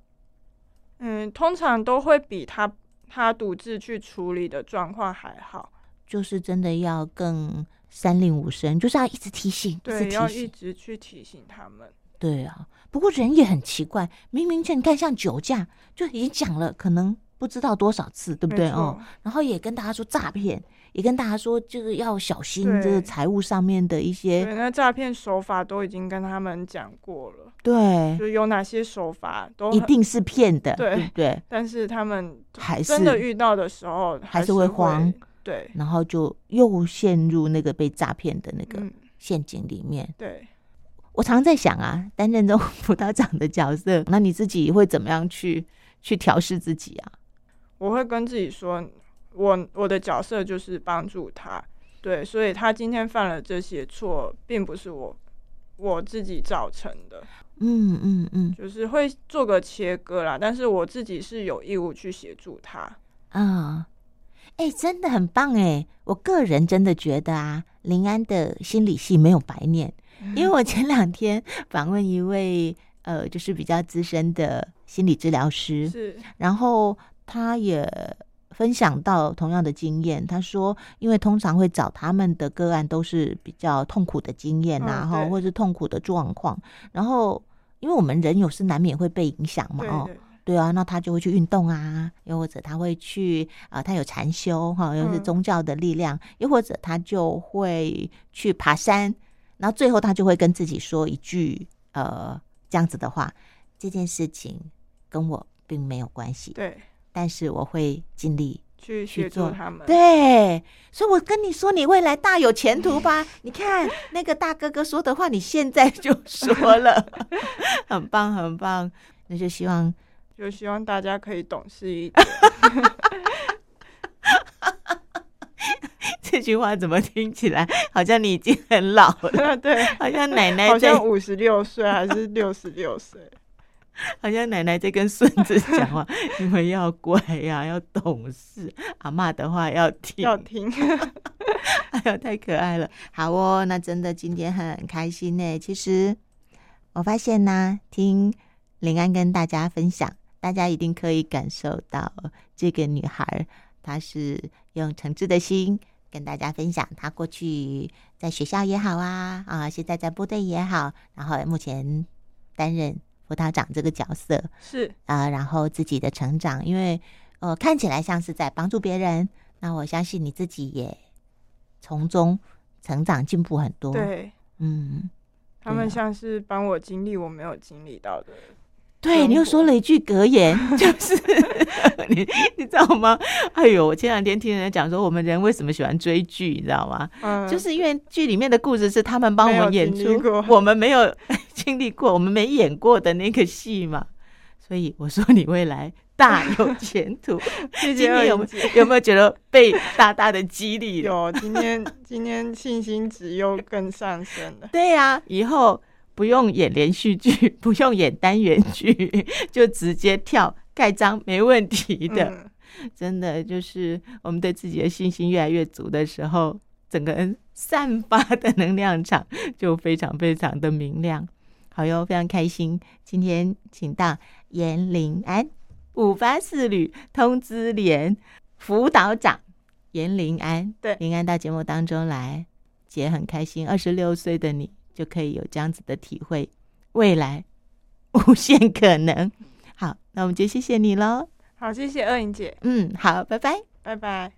B: 嗯，通常都会比他他独自去处理的状况还好。
A: 就是真的要更三令五申，就是要一直提醒，一直
B: 对，要
A: 提
B: 一
A: 醒。
B: 直去提醒他们。
A: 对啊，不过人也很奇怪，明明就你看像酒驾，就已经讲了，可能不知道多少次，对不
B: 没
A: 对
B: 错
A: 哦？然后也跟大家说诈骗，也跟大家说就是要小心
B: 对
A: 这个财务上面的一些
B: 对，那诈骗手法都已经跟他们讲过了，
A: 对，
B: 就有哪些手法都
A: 哎一
B: 很，
A: 定是骗的，
B: 对
A: 不对？
B: 但是他们
A: 还是
B: 真的遇到的时候
A: 还是
B: 是
A: 会慌，
B: 对，
A: 然后就又陷入那个被诈骗的那个
B: 嗯，
A: 陷阱里面。
B: 对，
A: 我常在想啊，担任这种辅导长的角色， 那你自己会怎么样去去调试自己啊？
B: 我会跟自己说，我我的角色就是帮助他，对，所以他今天犯了这些错，并不是我我自己造成的，
A: 嗯嗯嗯
B: 就是会做个切割啦，但是我自己是有义务去协助他，
A: 啊，哎、真的很棒哎！我个人真的觉得啊，林安的心理系没有白念，因为我前两天访问一位呃，就是比较资深的心理治疗师，
B: 是
A: 然后他也分享到同样的经验，他说，因为通常会找他们的个案都是比较痛苦的经验啊，
B: 嗯
A: 哈、
B: 对
A: 或是痛苦的状况，然后。因为我们人有时难免会被影响嘛，
B: 对
A: 哦，
B: 对
A: 对啊，那他就会去运动啊，又或者他会去啊、呃他有禅修哈，又是
B: 嗯
A: 宗教的力量，又或者他就会去爬山，然后最后他就会跟自己说一句呃这样子的话，这件事情跟我并没有关系，
B: 对，
A: 但是我会尽力。
B: 去
A: 去
B: 协
A: 做
B: 助他们，
A: 对，所以我跟你说，你未来大有前途吧？你看那个大哥哥说的话，你现在就说 了，很棒，很棒。那就希望
B: 就希望大家可以懂事一点。
A: 这句话怎么听起来好像你已经很老了，
B: 对，
A: 好像奶奶
B: 好
A: 在，
B: 像
A: 好
B: 五十六岁还 是六十六岁，
A: 像奶奶在跟孙子讲话， 你们要乖呀、要懂事，阿嬷的话要听。
B: 要听。
A: 哎呀，太可爱了！好哦，那真的今天很开心呢。其实我发现呢、听林安跟大家分享，大家一定可以感受到这个女孩，她是用诚挚的心跟大家分享她过去在学校也好啊，啊，现在在部队也好，然后目前担任辅导长这个角色。
B: 是，
A: 啊，然后自己的成长，因为呃看起来像是在帮助别人，那我相信你自己也从中成长进步很多。，
B: 对
A: 嗯，
B: 他
A: 对啊
B: 们像是帮我经历我没有经历到的，
A: 对，
B: 生
A: 你又说
B: 活
A: 了一句格言， 就是 你你知道吗？哎呦，我前两天听人家讲说，我们人为什么喜欢追剧，你知道吗？
B: 嗯，
A: 就是因为剧里面的故事是他们帮我
B: 没有
A: 们演
B: 经历
A: 出
B: 过，
A: 我们没 有经历过，我们没演过的那个戏嘛。所以我说你未来大有前途。
B: 谢
A: 今
B: 谢
A: 天
B: 二
A: 有
B: 英
A: 没
B: 姐。
A: 有有没有觉得被大大的激励了？
B: 有，今天 今天信心值又更上升了。
A: 对呀、以后不用演连续剧， 不用演单元剧， 就直接跳盖章，没问题的。
B: 嗯
A: 真的就是我们对自己的信心越来越足的时候，整个人散发的能量场就非常非常的明亮。好哟，非常开心，今天请到严林安五八四旅通知联辅导长严林安，
B: 对
A: 林安到节目当中来，姐很开心，二十六岁的你就可以有这样子的体会，未来无限可能。好，那我们就谢谢你喽。
B: 好，谢谢二英姐，
A: 嗯，好，拜拜。
B: 拜拜。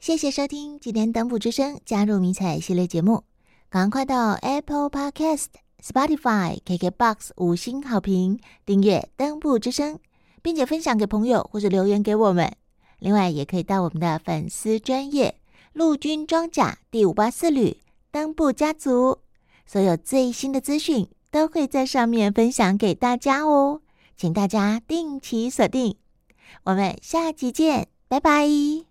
D: 谢谢收听今天登浦之声加入迷彩系列节目，赶快到 Apple Podcast、Spotify、KKBox 五星好评订阅登浦之声，并且分享给朋友或者留言给我们。另外，也可以到我们的粉丝专业陆军装甲第五八四旅登部家族，所有最新的资讯都会在上面分享给大家哦，请大家定期锁定。我们下集见，拜拜。